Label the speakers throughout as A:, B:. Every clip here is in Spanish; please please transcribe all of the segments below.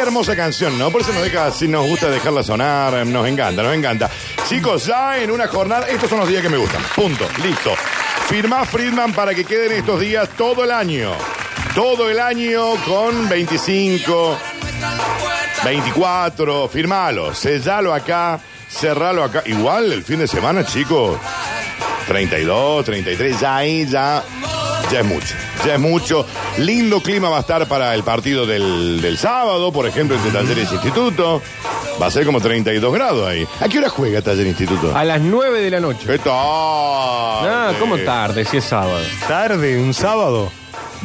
A: hermosa canción, ¿no? Por eso nos deja, si nos gusta dejarla sonar, eh, nos encanta, nos encanta. Chicos, ya en una jornada, estos son los días que me gustan. Punto, listo. Firma Friedman para que queden estos días todo el año. Todo el año con 25, 24, firmalo, sellalo acá, cerralo acá. Igual el fin de semana, chicos, 32, 33, ya ahí, ya, ya es mucho. Ya es mucho. Lindo clima va a estar para el partido del, del sábado, por ejemplo, entre Talleres Instituto. Va a ser como 32 grados ahí. ¿A qué hora juega Taller Instituto?
B: A las 9 de la noche.
A: ¿Qué tal?
B: Ah, ¿cómo tarde? Si es sábado.
C: Tarde, un sábado.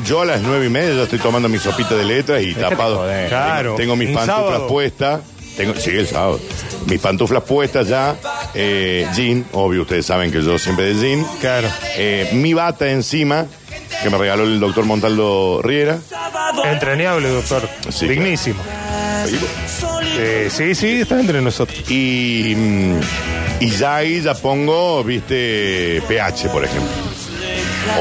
A: Yo a las nueve y media ya estoy tomando mi sopita de letras y tapado.
B: joder.
A: Tengo-
C: Claro.
A: Tengo mis
C: Un
A: pantuflas
C: sábado.
A: puestas. Tengo, sí, el sábado. Mis pantuflas puestas ya. Eh, jean, obvio, ustedes saben que yo siempre de jean.
C: Claro.
A: Eh, mi bata encima, que me regaló el doctor Montaldo Riera.
C: Entrañable, doctor.
A: Sí,
C: Dignísimo. Eh, sí, sí, está entre nosotros.
A: Y, mm, y ya ahí ya pongo, viste, PH, por ejemplo.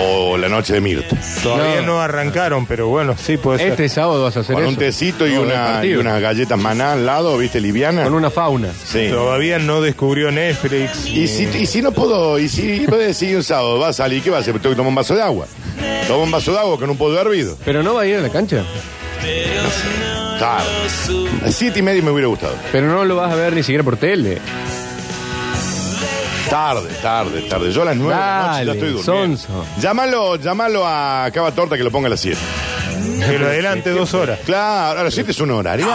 A: O la noche de Mirta.
C: Todavía
B: No.
C: no, arrancaron, pero bueno, sí puede ser.
B: Este sábado vas a hacer
A: Con
B: eso.
A: un tecito y,
B: Todo el
A: una, y
B: partido.
A: unas galletas maná al lado, viste, liviana.
B: Con una fauna.
A: Sí.
C: Todavía no descubrió Netflix.
A: Y si, y si no puedo, y si voy a decir un sábado, va a salir, ¿qué va a hacer? Tengo que tomar un vaso de agua. Tomo un vaso de agua con un polvo hervido.
B: Pero no va a ir a la cancha.
A: Claro. A siete y media me hubiera gustado.
B: Pero no lo vas a ver ni siquiera por tele.
A: Tarde, tarde, tarde. Yo a las nueve de la noche ya
B: Dale,
A: estoy durmiendo.
B: sonso.
A: Llámalo, llámalo a Cava Torta que lo ponga a las siete.
C: Que lo adelante dos horas.
A: Claro, a las siete es un horario.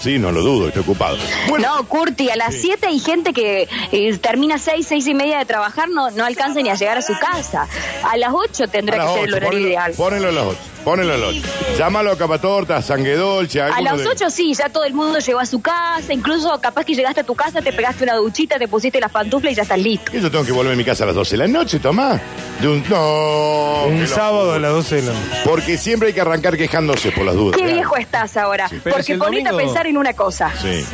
A: Sí, no lo dudo, estoy ocupado. Bueno,
D: No, Curti, a las 7 hay gente que eh, termina 6, 6 y media de trabajar, no, no alcanza ni a llegar a su casa. A las 8
A: a
D: tendrá
A: las
D: que ser el
A: ocho,
D: horario
A: ponelo,
D: ideal.
A: ponelo a las ocho. Ponelo a las ocho. Llámalo a Cava Torta, a Sanguedolce, a
D: A
A: alguno
D: las
A: de-
D: 8 sí, ya todo el mundo llegó a su casa, incluso capaz que llegaste a tu casa, te pegaste una duchita, te pusiste las pantuflas y ya estás listo.
A: Y yo tengo que volver a mi casa a las 12 de la noche, Tomás. De un... No. Oh, qué
C: Un
A: locura.
C: sábado a las 12 de la noche.
A: Porque siempre hay que arrancar quejándose por las dudas.
D: Qué viejo estás ahora,
B: Pero si
D: porque
B: el
D: ponete
B: domingo-
D: a pensar en una cosa.
A: Sí.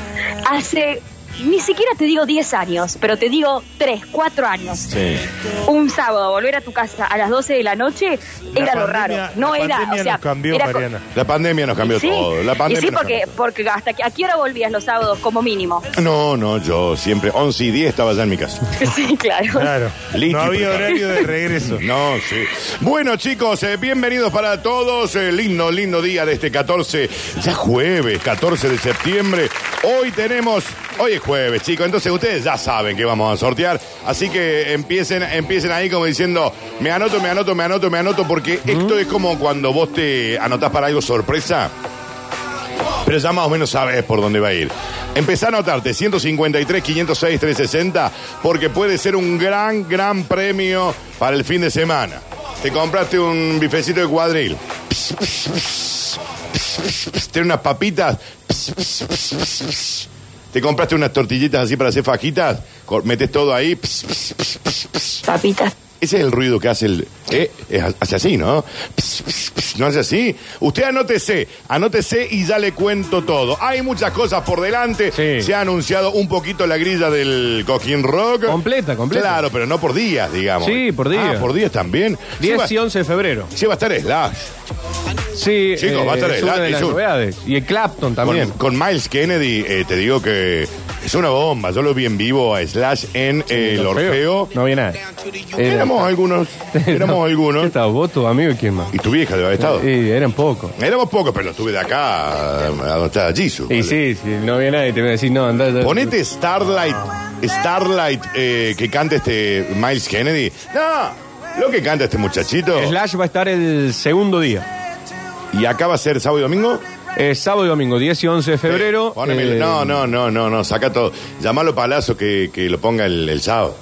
D: Hace, ni siquiera te digo 10 años, pero te digo 3, 4 años.
A: Sí.
D: un sábado volver a tu casa a las 12 de la noche
C: La
D: era lo
C: pandemia-
D: raro. No
C: la
D: era,
C: pandemia
D: o sea,
C: nos cambió,
D: era co-
C: Mariana.
A: La pandemia nos cambió
D: Sí,
A: todo. La
D: y
A: pandemia
D: sí,
A: nos
D: porque,
A: cambió
D: porque hasta que, a qué hora volvías los sábados como mínimo.
A: todo. No, no, yo siempre 11 y 10 estaba ya en mi casa.
D: Sí, claro.
C: Claro.
A: Liqui,
C: no había
A: por favor.
C: horario de regreso.
A: No, sí. Bueno, chicos, eh, bienvenidos para todos. Eh, lindo, lindo día de este 14, ya jueves, 14 de septiembre. Hoy tenemos, hoy es jueves, chicos, entonces ustedes ya saben que vamos a sortear. Así que empiecen, empiecen ahí como diciendo, me anoto, me anoto, me anoto, me anoto, porque esto es como cuando vos te anotás para algo sorpresa. Pero ya más o menos sabes por dónde va a ir. Empezá a anotarte 153, 506, 360, porque puede ser un gran, gran premio para el fin de semana. Te compraste un bifecito de cuadril. Pss, pss, pss, pss, pss, pss. Tiene unas papitas. Pss, pss, pss, pss, pss. Te compraste unas tortillitas así para hacer fajitas. Cor- Metes todo ahí. Pss, pss, pss, pss, pss.
D: Papita.
A: Ese es el ruido que hace el. eh, es- hace así, ¿no? Pss, pss, pss, no hace así. Usted anótese, anótese y ya le cuento todo. Hay muchas cosas por delante.
B: Sí.
A: Se ha anunciado un poquito la grilla del Coquín Rock.
B: Completa, completa.
A: Claro, pero no por días, digamos.
B: Sí, por días.
A: Ah, por días también. Sí,
B: 10
A: va-
B: y 11 de febrero.
A: sí, va a estar Slash.
B: Sí,
A: Chicos, va a estar
B: es
A: el
B: una de
A: Atlas,
B: las
A: es un-
B: novedades. Y el Clapton también.
A: Con, con Miles Kennedy, eh, te digo que es una bomba. Yo lo vi en vivo a Slash en eh, el Orfeo.
B: No había nada. Era-
A: Éramos algunos. Éramos
B: No. ¿Qué
A: algunos.
B: estaba? ¿Vos, tu amigo y quién más?
A: Y tu vieja debe haber estado.
B: Sí, eran pocos.
A: Éramos pocos, pero estuve de acá a a donde está Jisoo.
B: Y sí, sí, no había nadie. Te voy a decir, no, andá. andá.
A: Ponete Starlight, Starlight eh, que canta este Miles Kennedy. No, lo que canta este muchachito.
B: Slash va a estar el segundo día.
A: Y acá va a ser sábado y domingo.
B: Eh, sábado y domingo, 10 y 11 de febrero.
A: Eh, poneme el-
B: eh,
A: No, no, no, no, no, saca todo. Llamalo Palazzo que, que lo ponga el, el sábado.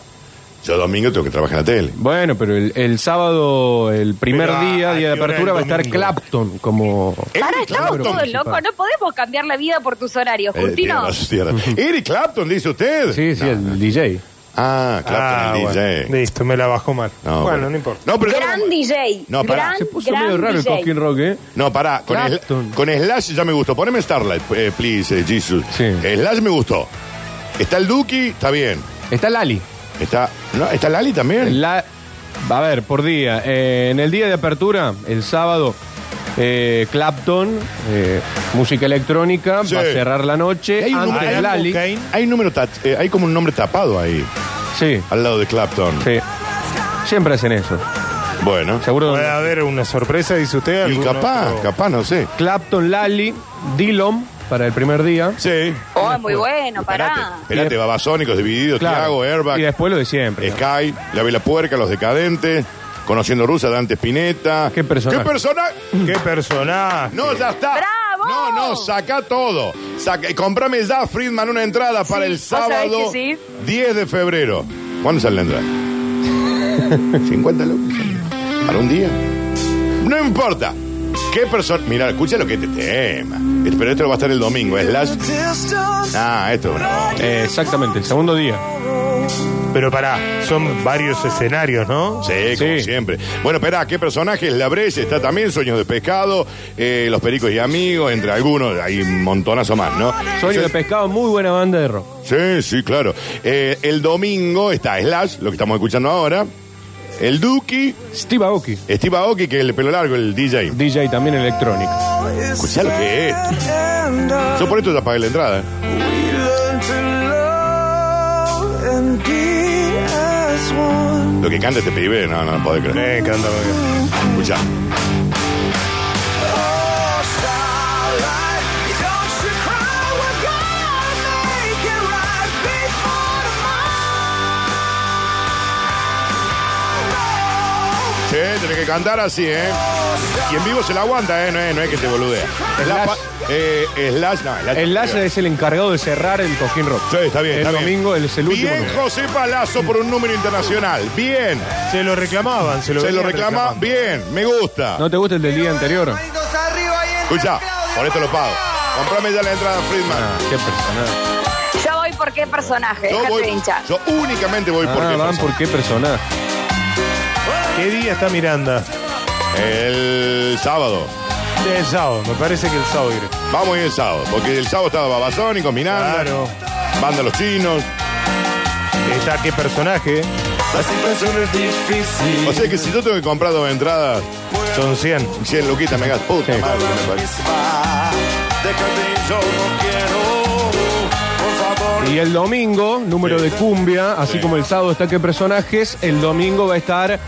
A: Yo domingo tengo que trabajar en la tele.
B: Bueno, pero el, el sábado, el primer
C: Pero, ah,
B: día,
C: ¿a qué
B: día de
C: hora
B: apertura,
C: el
B: va a estar
C: domingo?
B: Clapton como...
D: Ahora
A: Eric
D: estamos
A: Clapton.
D: todos locos,
B: principal.
D: no podemos cambiar la vida por tus horarios,
A: Eh, tiene
D: Curtino.
A: razón, tiene razón. Eric Clapton, dice usted.
B: Sí, sí,
A: No.
B: el DJ.
A: Ah, Clapton,
C: Ah,
A: el
C: bueno.
A: DJ.
C: Listo, me la bajó mal.
A: No,
C: bueno,
A: bueno.
C: no importa.
A: No, pero
D: Gran DJ.
A: No, pará.
D: gran,
B: Se puso
D: Ah, gran
B: medio raro el
D: DJ.
B: Coquín Rock, ¿eh?
A: No, pará, con, el-
B: Clapton.
A: con Slash ya me gustó. Poneme Starlight, eh, please, eh, Jesus.
B: Sí.
A: Slash me gustó. Está el Duki, está bien.
B: Está Lali.
A: Está, no, está Lali también.
B: La, a ver, por día. eh, en el día de apertura, el sábado, eh, Clapton, eh, música electrónica,
A: Sí.
B: va a cerrar la noche.
A: Hay un,
B: Antes
A: número,
B: Lali.
A: hay, un número tat- eh, hay como un nombre tapado ahí,
B: Sí,
A: al lado de Clapton.
B: sí. Siempre hacen eso.
A: Bueno,
B: Seguro.
E: Puede haber una sorpresa, dice usted.
A: y
E: algún
A: capaz,
E: otro-
A: capaz, no sé.
B: Clapton, Lali, Dillom para el primer día.
A: Sí.
D: Oh, muy bueno, pará.
A: Espérate, espérate, Babasónicos, Divididos, Tiago, Airbag,
B: Y después lo de siempre.
A: Sky, La Vela Puerca, Los Decadentes, Conociendo Rusa, Dante Spinetta.
B: Qué personaje.
A: ¿Qué persona?
E: Qué personaje.
A: No, ya está.
D: ¡Bravo!
A: No, no, saca todo. Saca, comprame ya, Friedman, una entrada para
D: Sí,
A: el
D: vos sabés
A: sábado
D: que sí.
A: 10 de febrero. ¿Cuándo sale la entrada? 50 lucas. ¿Para un día? No importa. ¿Qué persona? Mira, escucha lo que este tema. Es- Pero esto va a estar el domingo. Slash. Ah, esto es una bomba.
B: Eh, exactamente, el segundo día.
E: Pero pará, son varios escenarios, ¿no?
A: Sí, como
B: Sí.
A: siempre. Bueno, espera, ¿qué personajes? La Brecha está también, Sueños de Pescado, eh, Los Pericos y Amigos, entre algunos, hay un montonazo más, ¿no?
B: Sueño de Pescado, muy buena banda de rock.
A: Sí, sí, claro. Eh, el domingo está Slash, lo que estamos escuchando ahora. El Duki,
B: Steve Aoki,
A: Steve Aoki, que es el pelo largo, el DJ.
B: DJ también electrónico.
A: Escuchá lo que es. Yo por esto ya pagué la entrada. ¿eh? Lo que canta este pibe, no, no, no podés creer.
E: Me encanta. porque-
A: Escuchá. Che, tenés que cantar así, ¿eh? Y en vivo se la aguanta, ¿eh? No es, no es que te boludea.
B: Slash.
A: Slash, eh, Slash, no, Slash.
B: El Laya es el encargado de cerrar el Cojín Rock.
A: Sí, está bien,
B: El
A: está bien.
B: domingo es el último.
A: Bien,
B: número.
A: José Palazzo por un número internacional. Bien.
E: Se lo reclamaban, se lo
A: Se lo
E: venían
A: reclama.
E: reclamando.
A: Bien, me gusta.
B: ¿No te gusta el del día anterior?
A: Escucha, por esto lo pago. Comprame ya la entrada, Friedman.
B: Ah, qué personaje.
D: Yo voy por qué personaje,
A: Yo,
D: déjate
A: voy,
D: de hinchar.
A: yo únicamente voy
B: Ah,
A: porque
B: van por qué personaje.
E: ¿Qué día está Miranda?
A: el sábado.
E: El sábado, me parece que el sábado iré.
A: Vamos a ir el sábado, porque el sábado estaba Babasónicos, Miranda,
E: Claro.
A: Banda Los Chinos.
E: Está qué personaje.
A: O sea que si yo tengo que comprar dos entradas,
E: Son 100.
A: 100 luquitas me gastan. Puta
B: Sí.
A: madre, que me parece.
B: Y el domingo, número de cumbia, así como el sábado está qué personajes, el domingo va a estar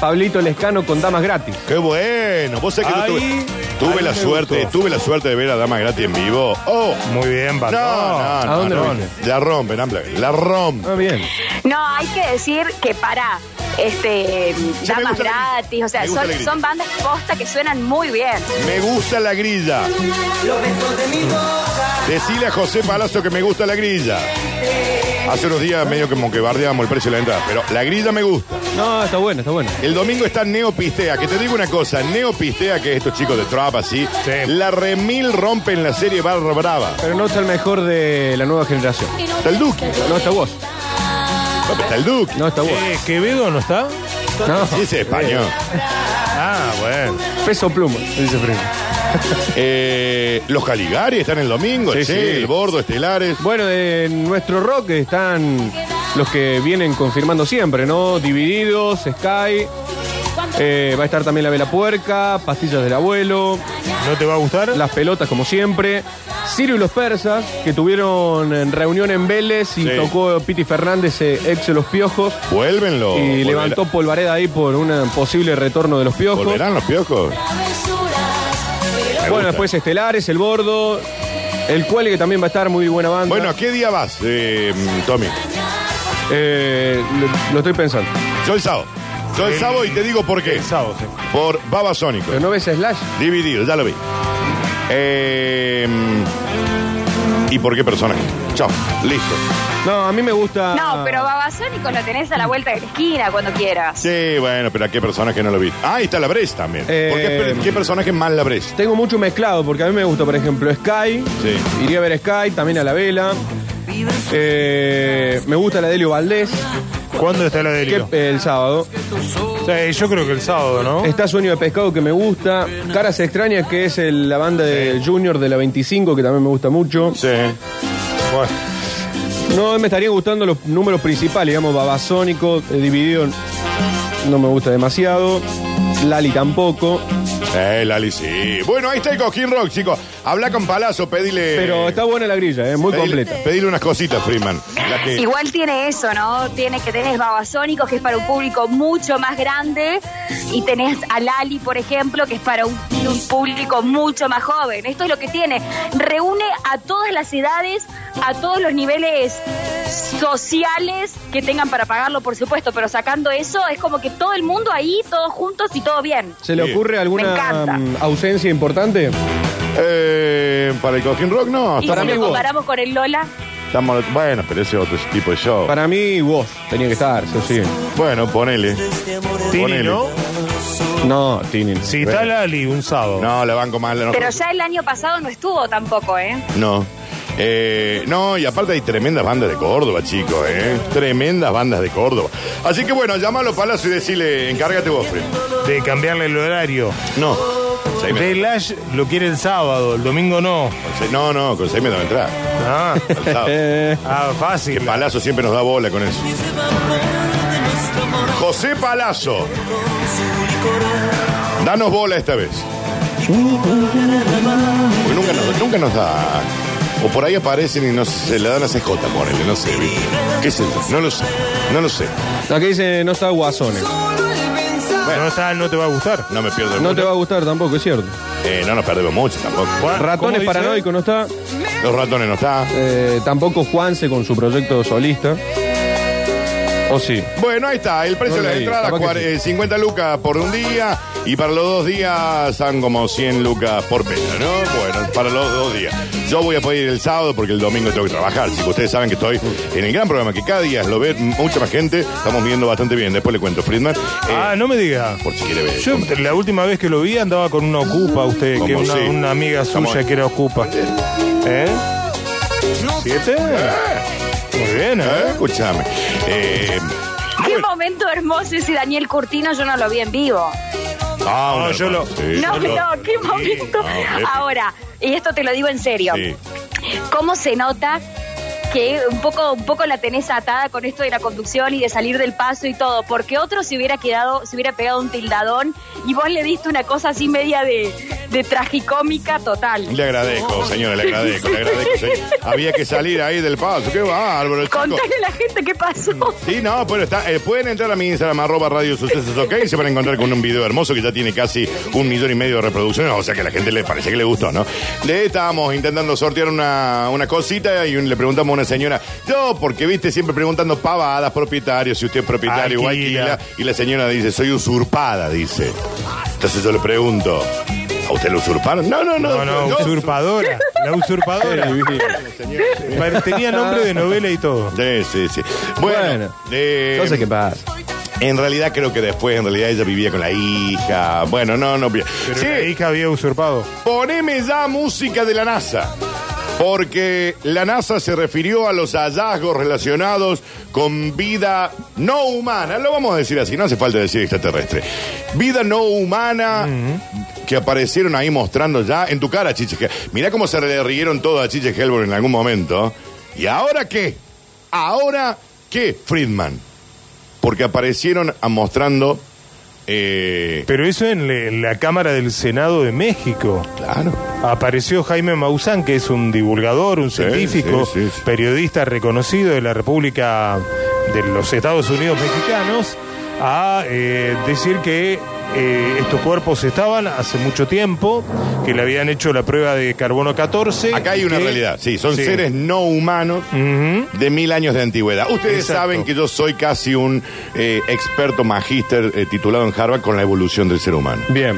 B: Pablito Lescano con damas gratis.
A: Qué bueno. Vos sabés que yo
E: Ahí-
A: tuve, tuve
E: ahí
A: la
E: me
A: suerte,
E: gustó.
A: tuve la suerte de ver a Dama Gratis en vivo. Oh.
E: Muy bien,
A: No,
E: Pato.
A: no, no,
B: ¿A dónde
A: no,
B: lo
A: no. La rompen, amplia. La rompen.
B: Ah, bien.
D: No, hay que decir que para este
A: Ya me
D: damas
A: gusta la-
D: gratis, o sea,
A: me gusta
D: son,
A: la grita.
D: son bandas posta que suenan muy bien.
A: Me gusta la grilla. Decile a José Palazzo que me gusta la grilla. Hace unos días medio como que bardeamos el precio de la entrada, pero la grilla me gusta.
B: No, está bueno, está bueno.
A: El domingo está Neopistea, que te digo una cosa, Neopistea, que es estos chicos de trap así,
E: Sí.
A: la remil rompen la serie Barra Brava.
B: Pero no está el mejor de la nueva generación.
A: Está el Duque,
B: No está vos.
A: está el Duque.
B: No está vos.
E: Eh, ¿Quevedo no está?
B: No.
A: Sí, ese es español.
E: Ah, bueno.
B: Peso pluma, dice Primo.
A: Eh, los Caligari están el domingo,
B: Sí,
A: sí,
B: sí.
A: el Bordo, Estelares.
B: Bueno, en nuestro rock están los que vienen confirmando siempre, ¿no? Divididos, Sky. eh, va a estar también la vela puerca, pastillas del abuelo,
E: ¿No te va a gustar?
B: las pelotas como siempre, Ciro y los persas, que tuvieron en reunión en Vélez y
A: Sí.
B: tocó Piti Fernández, eh, ex de los piojos,
A: Vuelvenlo.
B: y levantó polvareda ahí por un posible retorno de los piojos.
A: ¿Volverán los piojos?
B: Bueno,
A: gusta.
B: después Estelares, El Bordo, El Cual, que también va a estar muy buena banda.
A: Bueno, ¿a qué día vas, eh, Tommy?
B: Eh, lo- lo estoy pensando.
A: Yo el sábado. Yo el sábado y te digo por qué.
E: El sábado, sí.
A: Por Babasónico.
B: Pero no ves a Slash.
A: Dividido, ya lo vi. Eh, ¿Y por qué personaje? Chao, listo.
B: No, a mí me gusta.
D: No, pero Babasónicos lo tenés a la vuelta de la esquina cuando quieras.
A: Sí, bueno, pero ¿a qué personaje no lo vi? Ah, y está la Breche también.
B: Eh,
A: ¿Por qué, per- qué personaje más la Breche?
B: Tengo mucho mezclado porque a mí me gusta, por ejemplo, Sky.
A: Sí.
B: Iría a ver Sky, también a la vela. Eh, me gusta la Delio Valdés,
E: ¿Cuándo está la
B: que
E: delio?
B: eh, el sábado.
E: Sí, yo creo que el sábado, ¿no?
B: Está Sueño de Pescado, que me gusta. Caras Extrañas, que es el- la banda de Junior de la 25, que también me gusta mucho.
A: Sí.
E: Bueno,
B: No, me estarían gustando los números principales, digamos, Babasónico, eh, Dividido, no me gusta demasiado. Lali tampoco.
A: Eh, Lali, sí. Bueno, ahí está el cojín rock, chicos. Habla con Palazzo, pedile.
B: Pero está buena la grilla, ¿eh? muy
A: pedile-
B: completa.
A: Pedile unas cositas, Freeman. La que-
D: Igual tiene eso, ¿no? Tiene que tenés Babasónicos, que es para un público mucho más grande, y tenés a Lali, por ejemplo, que es para un, un público mucho más joven. Esto es lo que tiene. Reúne a todas las edades, a todos los niveles sociales que tengan para pagarlo, por supuesto, pero sacando eso, es como que todo el mundo ahí, todos juntos y todo bien.
B: ¿Se le
A: Sí.
B: ocurre
D: Me
B: alguna
D: encanta.
B: mm, ausencia importante?
A: Eh, para el cojín rock, no.
D: Y
A: Estamos,
B: para
D: si
B: mí
D: lo
B: vos.
D: comparamos con el Lola,
A: estamos- bueno, pero ese es otro tipo de show.
B: Para mí, vos tenía que estar, eso sí.
A: Bueno, ponele.
E: Tini,
A: Ponele.
E: ¿no?
B: No, Tini.
E: Si está Lali, un sábado.
A: No, la banco mal. No.
D: pero ya el año pasado no estuvo tampoco, ¿eh?
A: No. Eh, no, y aparte hay tremendas bandas de Córdoba, chicos, ¿eh? Tremendas bandas de Córdoba. Así que bueno, llamalo a Palazzo y decirle, encárgate vos, Fred.
E: De cambiarle el horario.
A: No. Seis
E: De
A: metros.
E: Lash lo quiere el sábado, el domingo no.
A: Con seis- No, no, con seis me dame entrar.
E: Ah,
A: Al sábado.
B: Eh,
E: ah,
A: Que
E: fácil.
A: Palazzo siempre nos da bola con eso. José Palazzo. Danos bola esta vez. Porque nunca nos, nunca nos da. O por ahí aparecen y no sé, se le dan a CJ, ponele, no sé. ¿viste? ¿Qué es eso? No lo sé. No lo sé.
B: aquí dice, no está Guasones.
E: No, está, no te va a gustar.
A: No me pierdo
B: No
A: mucho.
B: te va a gustar tampoco, es cierto.
A: Eh, no nos perdemos mucho tampoco.
E: ¿Cómo
B: Ratones
E: dice?
B: Paranoicos no está.
A: Los ratones no están.
B: eh, tampoco Juanse con su proyecto solista. ¿O sí?
A: Bueno, ahí está, el precio
B: No
A: de la
B: leí,
A: entrada,
B: capaz que
A: cuar-
B: sí.
A: eh, 50 lucas por un día y para los dos días son como 100 lucas por pena, ¿no? Bueno, para los dos días. Yo voy a poder ir el sábado porque el domingo tengo que trabajar, chicos. Ustedes saben que estoy en el gran programa, que cada día lo ve mucha más gente, estamos viendo bastante bien, después le cuento, Friedman, eh,
E: Ah, no me diga.
A: por si quiere ver.
E: Yo la última vez que lo vi andaba con una ocupa usted, que
A: ¿Cómo
E: una,
A: sí?
E: una amiga
A: ¿Cómo
E: suya
A: es?
E: que era ocupa. ¿Eh? ¿Siete? Muy bien,
A: Eh,
E: ¿eh?
A: Escúchame. Eh,
D: Qué momento hermoso ese Daniel Curtino, yo no lo vi en vivo.
A: ah,
E: No,
A: una
E: yo
A: hermana,
E: lo-
A: sí,
D: No,
A: yo lo-
D: no, qué momento.
A: no, Pepe.
D: Ahora, y esto te lo digo en serio.
A: Sí.
D: ¿Cómo se nota que un poco, un poco la tenés atada con esto de la conducción y de salir del paso y todo? Porque otro se hubiera quedado, se hubiera pegado un tildadón y vos le diste una cosa así media de, de tragicómica total.
A: Le agradezco, señora, le agradezco, le agradezco. sí. Había que salir ahí del paso, qué bárbaro. chico.
D: Contale a la gente qué pasó.
A: Sí, no, pero está, eh, pueden entrar a mi Instagram, arroba Radio Sucesos, ok, y se van a encontrar con un video hermoso que ya tiene casi un millón y medio de reproducciones, o sea que a la gente le parece que le gustó, ¿no? Le estábamos intentando sortear una, una cosita y un- le preguntamos a una señora, yo, porque viste, siempre preguntando pavadas, propietarios, si usted es propietario o
E: Alquila.
A: alquila, y la señora dice, soy usurpada, dice. Entonces yo le pregunto, ¿a usted lo usurparon? No, no, no,
E: No, no,
A: yo-
E: usurpadora. La usurpadora. Pare- Tenía nombre de novela y todo.
A: Sí, sí, sí. Bueno,
B: Bueno,
A: eh,
B: No sé qué pasa.
A: En realidad creo que después, en realidad ella vivía con la hija. Bueno, no, no. bien.
E: Pero
A: Sí,
E: la hija había usurpado.
A: poneme ya música de la NASA. Porque la NASA se refirió a los hallazgos relacionados con vida no humana. Lo vamos a decir así, no hace falta decir extraterrestre. Vida no humana que aparecieron ahí mostrando ya en tu cara, Chiche. Hel- Mirá cómo se le rieron todos a Chiche Helborn en algún momento. ¿Y ahora qué? ¿Ahora qué, Friedman? Porque aparecieron a- mostrando... eh,
E: Pero eso en le- en la Cámara del Senado de México.
A: claro.
E: Apareció Jaime Maussan, que es un divulgador, un científico,
A: sí, sí, sí.
E: periodista reconocido de la República de los Estados Unidos Mexicanos, a eh, decir que eh, estos cuerpos estaban hace mucho tiempo, que le habían hecho la prueba de carbono 14.
A: Acá hay una
E: que-
A: realidad, sí, son seres no humanos
E: Ujú.
A: de mil años de antigüedad. Ustedes
E: Mm. Exacto.
A: saben que yo soy casi un eh, experto magíster eh, titulado en Harvard con la evolución del ser humano.
B: Bien.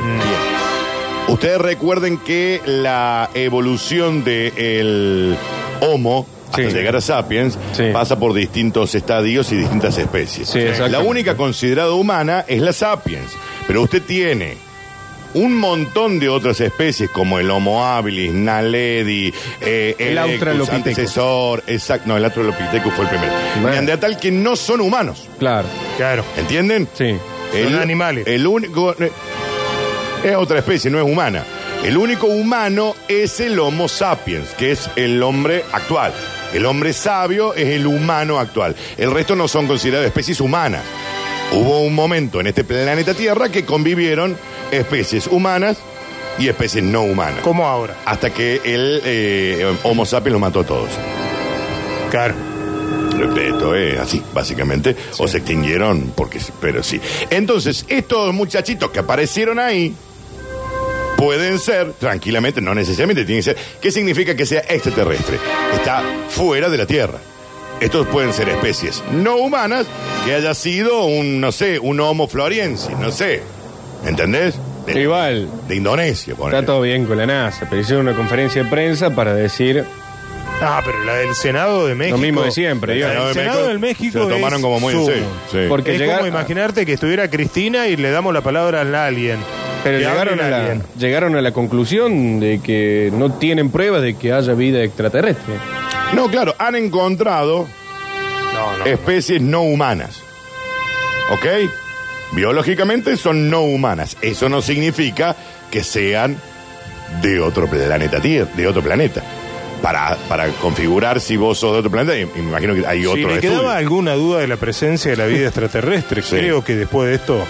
A: Ustedes recuerden que la evolución del Homo hasta
B: Sí.
A: llegar a Sapiens
B: Sí.
A: pasa por distintos estadios y distintas especies.
B: Sí,
A: la
B: exactamente.
A: única considerada humana es la Sapiens, pero usted tiene un montón de otras especies como el Homo habilis, Naledi, eh,
B: El
A: Erectus,
B: Australopithecus.
A: antecesor, exacto, no, el Australopithecus fue el primero.
B: Bueno.
A: Neandertal que no son humanos,
B: Claro,
E: Claro.
A: ¿entienden?
B: sí.
E: Son animales.
A: El único. eh, Es otra especie, no es humana. El único humano es el Homo sapiens, que es el hombre actual. El hombre sabio es el humano actual. El resto no son considerados especies humanas. Hubo un momento en este planeta Tierra que convivieron especies humanas y especies no humanas.
E: Como ahora.
A: Hasta que el eh, Homo sapiens los mató a todos.
E: Claro.
A: Esto es eh, así, básicamente. O se extinguieron, porque pero sí. Entonces, estos muchachitos que aparecieron ahí pueden ser, tranquilamente, no necesariamente tienen que ser. ¿Qué significa que sea extraterrestre? Está fuera de la Tierra. Estos pueden ser especies no humanas que haya sido un, no sé, un Homo floriensis, no sé. ¿Entendés? De,
B: Igual.
A: de Indonesia, por
B: Está todo bien con la NASA, pero hicieron una conferencia de prensa para decir
E: Ah, pero la del Senado de México.
B: mismo de siempre,
E: La
B: digo.
E: del
A: El
E: Senado del México.
A: Se lo tomaron
E: es
A: como muy en
E: sumo.
A: serio. Sí.
B: Porque
E: es
B: llegar-
E: como imaginarte que estuviera Cristina y le damos la palabra a alguien.
B: Pero
E: Que
B: llegaron
E: hable
B: a,
E: un
B: la,
E: alien.
B: llegaron a la conclusión de que no tienen pruebas de que haya vida extraterrestre.
A: No, claro, han encontrado
E: No, no.
A: especies no humanas. ¿Ok? Biológicamente son no humanas. Eso no significa que sean de otro planeta, Tierra, de otro planeta. Para, para configurar si vos sos de otro planeta, y- y me imagino que hay
E: si
A: otro
E: le
A: estudio.
E: quedaba alguna duda de la presencia de la vida extraterrestre,
A: Sí.
E: creo que después de esto.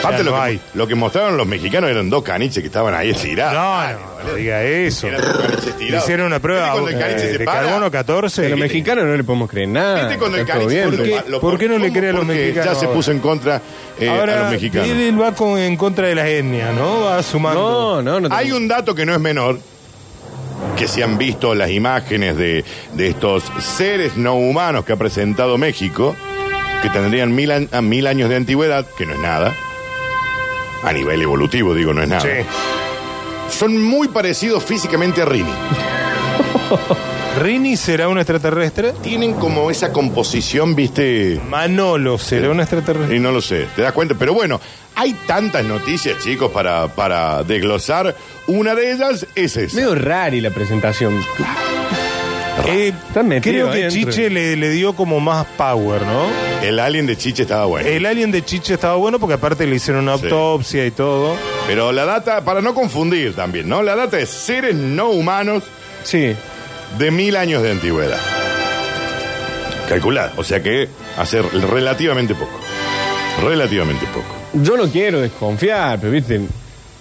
A: Aparte,
E: ya
A: lo,
E: no
A: que,
E: hay.
A: lo que mostraron los mexicanos eran dos caniches que estaban ahí estirados.
E: No, no, no diga eso.
A: Eran dos caniches
E: Le
A: estirados.
E: hicieron una prueba
A: ¿Viste cuando el caniche
E: eh,
A: se
E: de
A: para?
E: carbono 14.
B: A los
E: y-
B: mexicanos no le podemos creer nada.
A: ¿Viste cuando el
B: Está todo
A: caniche
B: bien,
A: lo-
B: pero-
A: lo-
E: ¿Por qué no le cree a los
A: porque
E: mexicanos
A: Ya se
E: ahora?
A: puso en contra eh, a los
E: Ahora,
A: mexicanos.
E: él va con- en contra de las etnias, ¿no? Va sumando.
B: No, no, no.
A: Hay
B: tenemos-
A: un dato que no es menor, que se han visto las imágenes de, de estos seres no humanos que ha presentado México, que tendrían mil, an- a mil años de antigüedad, que no es nada. A nivel evolutivo, digo, no es nada.
E: Sí.
A: Son muy parecidos físicamente a Rini. Ah.
E: ¿Rini será un extraterrestre?
A: Tienen como esa composición, viste.
E: Manolo será un extraterrestre.
A: Y no lo sé, ¿te das cuenta? Pero bueno, hay tantas noticias, chicos, para, para desglosar. Una de ellas es esa.
B: Medio rari la presentación.
E: Eh,
B: Está metido
E: creo que
B: ahí dentro.
E: Chiche le, le dio como más power, ¿no?
A: El alien de Chiche estaba bueno.
E: El alien de Chiche estaba bueno porque aparte le hicieron una
A: Sí.
E: autopsia y todo.
A: Pero la data, para no confundir también, ¿no? La data es seres no humanos
B: Sí.
A: de mil años de antigüedad. Calculad, o sea que hacer relativamente poco. Relativamente poco.
B: Yo no quiero desconfiar, pero viste.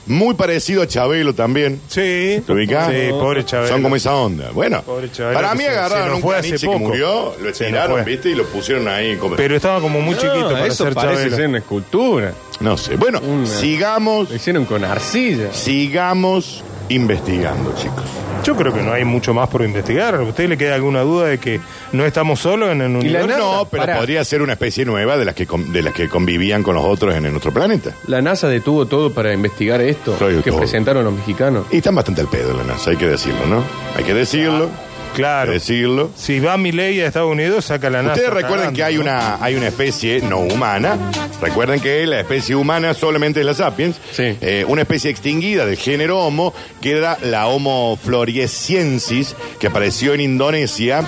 A: Muy parecido a Chabelo también.
E: Sí.
A: ¿Te ubicás?
E: Sí, pobre Chabelo.
A: Son como esa onda. Bueno,
E: Pobre Chabelo
A: para
E: que
A: mí
E: se- se
A: agarraron
E: nos
A: un
E: fue hace
A: caniche que
E: poco.
A: murió, lo
E: Se nos
A: tiraron,
E: fue.
A: ¿viste? Y lo pusieron ahí en comer-
E: Pero estaba como muy chiquito
B: No,
E: para
B: eso
E: ser
B: parece
E: Chabelo.
B: ser una escultura.
A: No sé. Bueno,
B: Una-
A: sigamos,
B: Lo hicieron con arcilla.
A: sigamos investigando, chicos.
E: Yo creo que no hay mucho más por investigar. ¿A usted le queda alguna duda de que no estamos solos en el
B: Y la
E: universo?
B: NASA,
A: No, pero
B: pará.
A: podría ser una especie nueva de las que con- de las que convivían con los otros en, en nuestro planeta.
B: La NASA detuvo todo para investigar esto
A: Trae
B: que
A: todo.
B: presentaron los mexicanos.
A: Y están bastante al pedo en la NASA, hay que decirlo, ¿no? Hay que decirlo, hay que
E: Claro.
A: decirlo.
E: Si va mi ley a Estados Unidos, saca la NASA.
A: Eh, Ustedes recuerden que hay
E: ¿no?
A: una, hay una especie no humana. Recuerden que la especie humana solamente es la sapiens.
B: Sí.
A: Eh, una especie extinguida del género Homo, que era la Homo floresiensis, que apareció en Indonesia.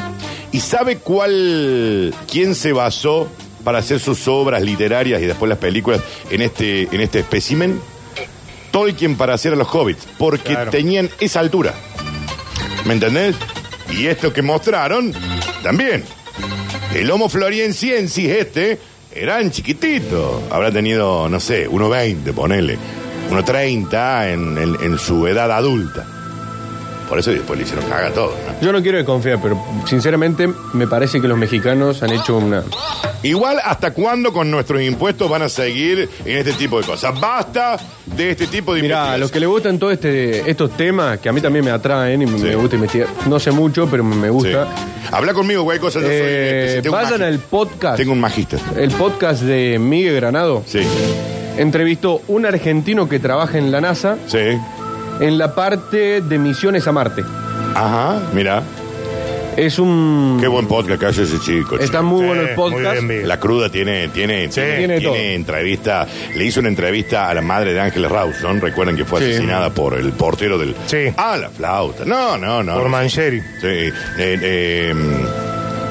A: ¿Y sabe cuál, quién se basó para hacer sus obras literarias y después las películas en este, en este espécimen? Tolkien para hacer a los hobbits, porque
E: Claro.
A: tenían esa altura. ¿Me entendés? Y esto que mostraron, también. El Homo floriensiensis este eran chiquititos. Habrá tenido, no sé, 1,20, ponele. 1,30 en, en, en su edad adulta. Por eso después le hicieron caga todo. ¿no?
B: Yo no quiero desconfiar, pero sinceramente me parece que los mexicanos han hecho una.
A: Igual, ¿hasta cuándo con nuestros impuestos van a seguir en este tipo de cosas? Basta de este tipo de
B: Mirá, a
A: investigaciones.
B: los que le gustan todos este, estos temas, que a mí también me atraen y
A: Sí.
B: me gusta investigar, no sé mucho, pero me
A: Sí.
B: gusta.
A: Habla conmigo, güey, cosas. yo soy,
B: Eh,
A: este, tengo un
B: vayan
A: magi-
B: al podcast.
A: Tengo un magíster.
B: El podcast de Miguel Granado.
A: Sí,
B: Entrevistó un argentino que trabaja en la NASA
A: sí.
B: en la parte de misiones a Marte.
A: Ajá, mira.
B: Es un.
A: Qué buen podcast que hace ese chico.
B: Está
A: chico.
B: muy
E: Sí,
B: bueno el
E: muy
B: podcast.
E: bien, Miguel.
A: La cruda tiene, tiene,
E: Sí.
A: tiene,
B: Tiene todo.
A: tiene entrevista, le hizo una entrevista a la madre de Ángeles Rawson, recuerden que fue
B: Sí.
A: asesinada por el portero del
E: Sí.
A: Ah, la flauta. No, no, no.
E: Por Mancheri.
A: Sí. Eh, eh,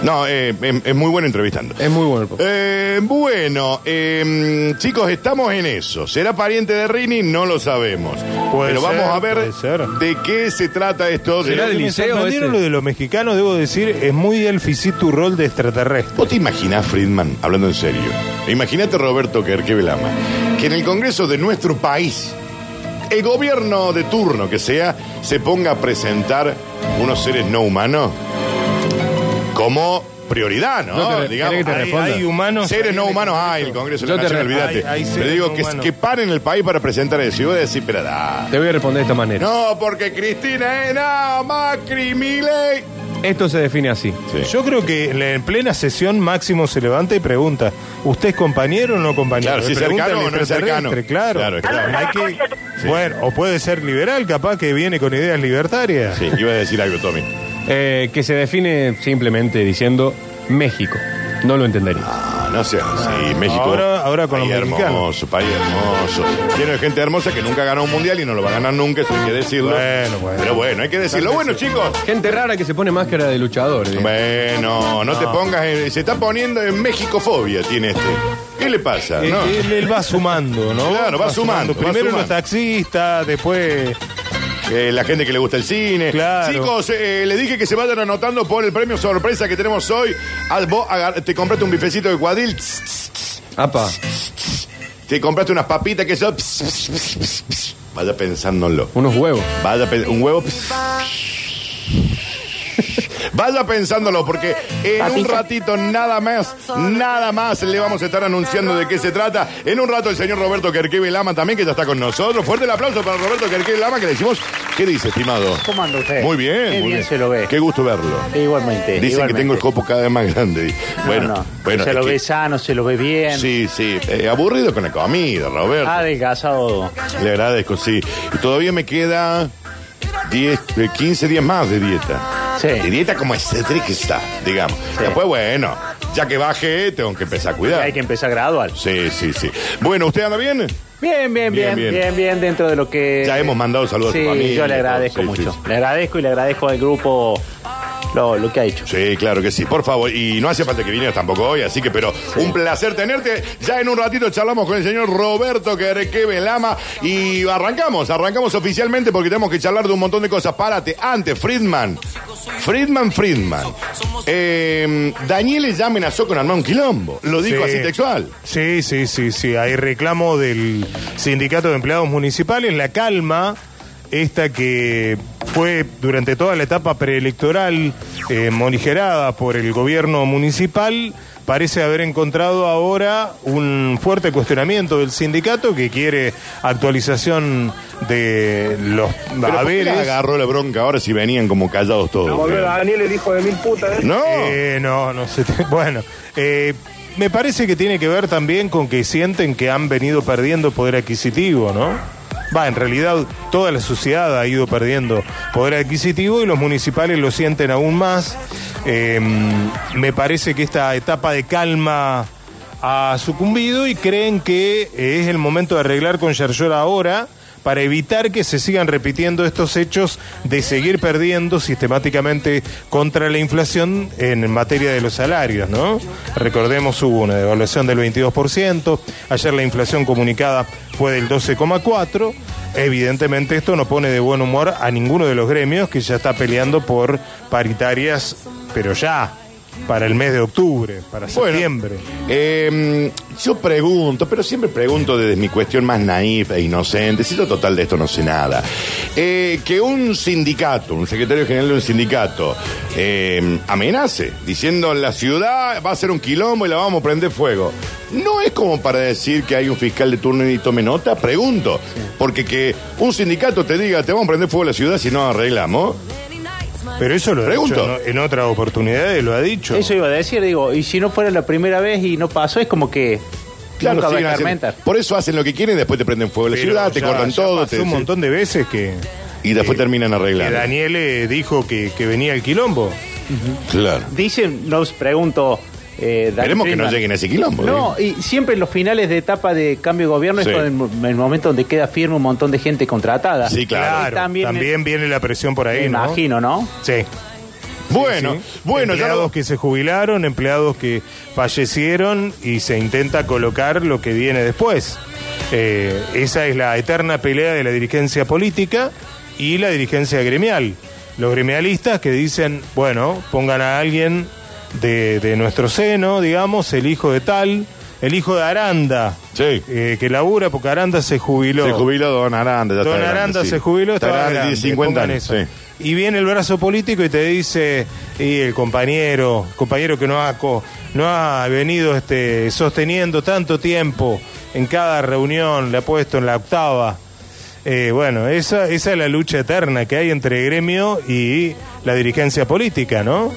A: no, eh, em- es muy bueno entrevistando.
B: es muy bueno el podcast.
A: Eh, bueno, eh, chicos, estamos en eso. ¿Será pariente de Rini? No lo sabemos.
E: Puede
A: Pero
E: ser,
A: vamos a ver
E: puede ser.
A: de qué se trata esto. de-
B: ¿Será del
E: Me
B: liceo
E: sorprendieron
B: ese?
E: lo de los mexicanos, debo decir, es muy difícil tu rol de extraterrestre.
A: ¿Vos te imaginás, Friedman, hablando en serio? Imagínate Roberto Kerkevelama que en el Congreso de nuestro país, el gobierno de turno que sea, se ponga a presentar unos seres no humanos como prioridad, ¿no?
B: No te re-
A: Digamos,
B: querés que te
A: hay-
B: responda.
A: hay
E: humanos.
A: Seres no
E: ahí en el
A: humanos
E: Congreso.
A: hay en el Congreso
B: Yo
A: de la
B: te
A: Nación,
B: re-
A: olvídate.
E: hay- hay
A: Pero
E: seres
A: digo
E: no
A: que,
E: humanos.
A: que paren el país para presentar eso. Y voy a decir, pero da.
B: Te voy a responder de esta manera.
A: No, porque Cristina es nada, Macri, Milei.
B: Esto se define así.
E: Yo creo que en la- en plena sesión Máximo se levanta y pregunta, ¿usted es compañero o no compañero?
A: Claro,
E: Le
A: si es
E: pregunta
A: cercano
E: al
A: o no es
E: extraterrestre,
A: cercano.
E: Claro,
A: Claro, claro.
E: Hay que- Bueno, o puede ser liberal, capaz que viene con ideas libertarias.
A: Sí, iba a decir algo, Tommy.
B: Eh, que se define simplemente diciendo México. No lo entendería.
A: Ah, no sé, sí, México.
E: Ahora- ahora con
A: país
E: los mexicanos.
A: hermoso, país hermoso. Tiene gente hermosa que nunca ganó un mundial y no lo va a ganar nunca, eso hay que decirlo.
E: Bueno, bueno.
A: Pero bueno, hay que decirlo. Bueno, chicos.
B: Gente rara que se pone máscara de luchador. eh.
A: Bueno, no, te pongas. en- se está poniendo en Mexicofobia, tiene este. ¿Qué le pasa?
E: Eh,
A: No.
E: Él, él va sumando, ¿no?
A: Claro, va sumando, va
E: Primero
A: sumando.
E: los taxistas, después...
A: Eh, la gente que le gusta el cine.
E: Claro.
A: Chicos, eh, les dije que se vayan anotando por el premio sorpresa que tenemos hoy. Al, vos agar- te compraste un bifecito de cuadril. tss, tss, tss.
B: Apa.
A: Te compraste unas papitas que son. pss, pss, pss, pss, pss. Vaya pensándolo.
B: Unos huevos.
A: Vaya pe- un huevo. Vaya pensándolo porque en un ratito nada más, nada más le vamos a estar anunciando de qué se trata. En un rato el señor Roberto Kerkebe Lama también que ya está con nosotros. Fuerte el aplauso para Roberto Kerkebe Lama que le decimos, ¿qué dice, estimado?
F: ¿Cómo anda usted?
A: Muy bien,
F: Eh, Qué
A: muy
F: bien se lo ve.
A: Qué gusto verlo.
F: Igualmente.
A: Dicen que
F: igualmente.
A: tengo el copo cada vez más grande.
F: No,
A: Bueno,
F: no.
A: bueno.
F: Se
A: es
F: lo
A: que-
F: ve sano, se lo ve bien.
A: Sí, sí, eh, aburrido con la comida, Roberto.
F: Ha adelgazado.
A: Le agradezco, sí. Y todavía me queda 10, eh, 15 días más de dieta. De
F: Sí.
A: dieta como está, digamos. Después, bueno, ya que baje, tengo que empezar a cuidar.
F: Hay que empezar gradual.
A: Sí, sí, sí. Bueno, ¿usted anda bien?
F: Bien,
A: Bien,
F: bien, bien,
A: bien.
F: bien, bien, dentro de lo que.
A: Ya hemos mandado saludos a
F: Sí,
A: tu familia,
F: yo le agradezco
A: todo. Sí,
F: mucho.
A: sí,
F: Le agradezco y le agradezco al grupo lo, lo que ha hecho.
A: Sí, claro que sí. Por favor, y no hace falta que vinieras tampoco hoy, así que, pero un placer tenerte. Ya en un ratito charlamos con el señor Roberto Querqueve Lama y arrancamos, arrancamos oficialmente porque tenemos que charlar de un montón de cosas. Párate, antes, Friedman. Friedman, Friedman. Eh, Daniel ya amenazó con armar un quilombo. Lo dijo
E: Sí.
A: así textual.
E: Sí, sí, sí, sí. Hay reclamo del Sindicato de Empleados Municipales. La calma, esta que fue durante toda la etapa preelectoral eh, morigerada por el gobierno municipal, parece haber encontrado ahora un fuerte cuestionamiento del sindicato que quiere actualización de los
A: Pero ¿por qué les
E: haberes.
A: agarró la bronca ahora si venían como callados todos.
G: Daniel, el hijo de mil putas.
A: No.
E: Eh, no, no sé. Bueno, eh, me parece que tiene que ver también con que sienten que han venido perdiendo poder adquisitivo, ¿no? Va, en realidad toda la sociedad ha ido perdiendo poder adquisitivo y los municipales lo sienten aún más. Eh, me parece que esta etapa de calma ha sucumbido y creen que es el momento de arreglar con Yarlor ahora para evitar que se sigan repitiendo estos hechos de seguir perdiendo sistemáticamente contra la inflación en materia de los salarios, ¿no? Recordemos hubo una devaluación del 22%, ayer la inflación comunicada fue del 12,4. Evidentemente esto no pone de buen humor a ninguno de los gremios que ya está peleando por paritarias, pero ya para el mes de octubre, para septiembre.
A: Eh, yo pregunto, pero siempre pregunto desde mi cuestión más naif e inocente. Si yo total de esto no sé nada. Eh, que un sindicato, un secretario general de un sindicato, eh, amenace diciendo la ciudad va a ser un quilombo y la vamos a prender fuego. No es como para decir que hay un fiscal de turno y tome nota, pregunto. Porque que un sindicato te diga te vamos a prender fuego la ciudad si no arreglamos.
E: Pero eso lo ha
A: Pregunto.
E: dicho en, en otras oportunidades, lo ha dicho.
F: Eso iba a decir, digo, y si no fuera la primera vez y no pasó, es como que nunca va a
A: siguen haciendo-
F: escarmentar.
A: por eso hacen lo que quieren, después te prenden fuego la
E: Pero
A: ciudad, te
E: ya-
A: cortan
E: ya
A: todo,
E: pasó
A: te
E: un montón de veces que,
A: y después
E: Eh,
A: terminan
E: que
A: arreglando.
E: Daniel eh, dijo que, que venía el quilombo.
A: Claro.
F: Dicen, nos pregunto. Eh, Dan
A: Esperemos que no
F: Friedman.
A: lleguen a ese quilombo.
F: No,
A: ¿eh?
F: y siempre en los finales de etapa de cambio de gobierno
A: Sí.
F: es cuando el, mo- el momento donde queda firme un montón de gente contratada.
A: Sí, claro.
F: Y también-
E: También, viene la presión por ahí,
F: Me
E: ¿no?
F: imagino, ¿no?
E: Sí.
A: Bueno,
E: sí.
A: bueno, ya
E: empleados
A: lo-
E: que se jubilaron, empleados que fallecieron y se intenta colocar lo que viene después. Eh, esa es la eterna pelea de la dirigencia política y la dirigencia gremial. Los gremialistas que dicen, bueno, pongan a alguien de, de nuestro seno, digamos, el hijo de tal, el hijo de Aranda,
A: Sí.
E: eh, que labura porque Aranda se jubiló.
A: Se jubiló Don Aranda. ya está
E: Don
A: grande,
E: Aranda
A: sí.
E: se jubiló,
A: Está
E: estaba
A: grande, tiene
E: grande,
A: 50
E: pongan
A: años.
E: eso.
A: sí.
E: Y viene el brazo político y te dice, y el compañero, compañero que no ha, co- no ha venido este, sosteniendo tanto tiempo en cada reunión, le ha puesto en la octava. Eh, bueno, esa, esa es la lucha eterna que hay entre gremio y la dirigencia política, ¿no?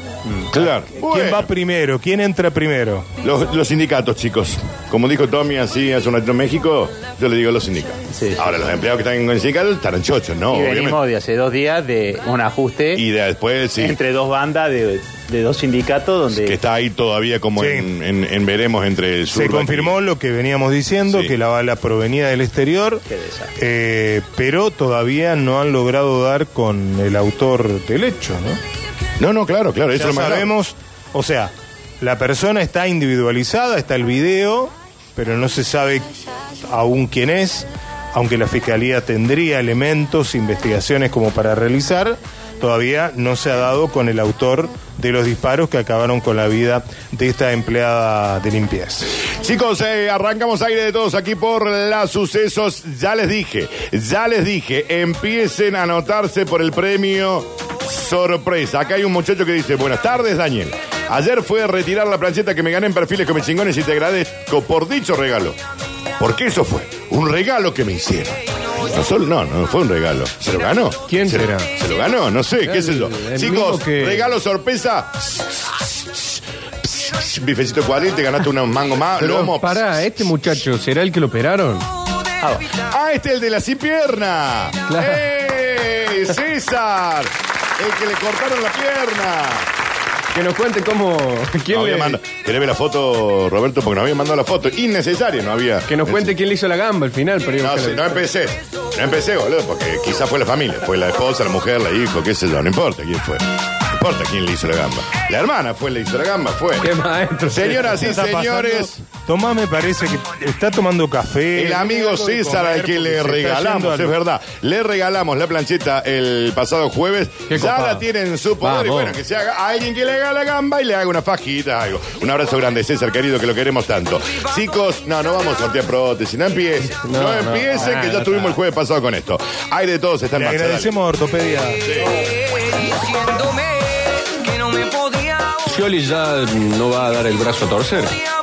A: Claro.
E: ¿Quién
A: Bueno.
E: va primero? ¿Quién entra primero?
A: Los, los sindicatos, chicos. Como dijo Tommy así hace un ratito en México, yo le digo los sindicatos.
F: Sí.
A: Ahora, los empleados que están en el sindicato estarán chochos, ¿no?
F: y
A: Obviamente.
F: venimos de hace dos días de un ajuste
A: Y después, sí,
F: entre dos bandas de, de dos sindicatos donde
A: que está ahí todavía como
E: Sí.
A: en, en- en veremos entre el sur.
E: Se confirmó lo que veníamos diciendo,
A: Sí.
E: que la bala provenía del exterior,
F: Qué desastre.
E: eh, pero todavía no han logrado dar con el autor del hecho, ¿no?
A: No, no, claro, claro. Eso
E: Ya
A: es lo más grave.
E: sabemos, o sea, la persona está individualizada, está el video, pero no se sabe aún quién es, aunque la fiscalía tendría elementos, investigaciones como para realizar, todavía no se ha dado con el autor de los disparos que acabaron con la vida de esta empleada de limpieza.
A: Chicos, eh, arrancamos aire de todos aquí por las sucesos. Ya les dije, ya les dije, empiecen a anotarse por el premio sorpresa. Acá hay un muchacho que dice, buenas tardes Daniel. Ayer fui a retirar la plancheta que me gané en perfiles con mis chingones y te agradezco por dicho regalo. Porque eso fue un regalo que me hicieron. No, solo, no, no fue un regalo. ¿Se lo ganó?
B: ¿Quién
A: se lo-
B: será?
A: ¿Se lo ganó? No sé, qué sé yo.
B: El- el
A: Chicos,
B: mismo que-
A: regalo sorpresa. Bifecito cuadril, te ganaste un mango más,
B: Pero
A: lomo.
B: pará, este muchacho, ¿será el que lo operaron?
A: Ah, este es el de la sin pierna.
B: Claro.
A: ¡Eh! César, el que le cortaron la pierna.
B: Que nos cuente cómo. ¿Quién
A: No
B: le-
A: había manda- ¿Querés ver la foto, Roberto? Porque no había mandado la foto. Innecesaria, no había.
B: que nos cuente quién le hizo la gamba al final. Pero
A: No,
B: que
A: sí,
B: la-
A: no empecé. No empecé, boludo, porque quizás fue la familia. Fue la esposa, la mujer, la hijo, qué sé yo. No importa quién fue. No importa quién le hizo la gamba. La hermana fue, le hizo la gamba, fue.
B: Qué maestro.
A: Señoras y
E: Está pasando-
A: señores.
E: Tomás me parece que está tomando café.
A: El amigo
E: Algo de
A: César al
E: comer,
A: que
E: porque se
A: le
E: está yendo
A: regalamos,
E: al-
A: es verdad, le regalamos la plancheta el pasado jueves.
B: Qué
A: Ya
B: copado.
A: la tienen en su poder. Y
B: Vamos.
A: bueno, que se haga alguien que le haga la gamba y le haga una fajita, algo. Un abrazo grande, César, querido, que lo queremos tanto. Chicos, no, no vamos a sortear prótesis. No empiecen. No,
B: No, no,
A: empiecen,
B: no,
A: que ya
B: no,
A: tuvimos
B: no.
A: el jueves pasado con esto. Hay de todos, está en
E: Ah, Le
A: marcha, dale.
E: agradecemos a Ortopedia.
B: Scioli ya no va a dar el brazo a torcer.